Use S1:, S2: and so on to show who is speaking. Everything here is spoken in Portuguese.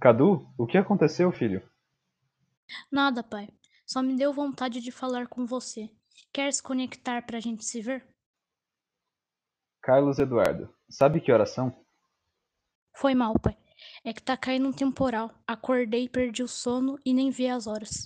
S1: Cadu, o que aconteceu, filho?
S2: Nada, pai. Só me deu vontade de falar com você. Quer se conectar pra gente se ver?
S1: Carlos Eduardo, sabe que horas são?
S2: Foi mal, pai. É que tá caindo um temporal. Acordei, perdi o sono e nem vi as horas.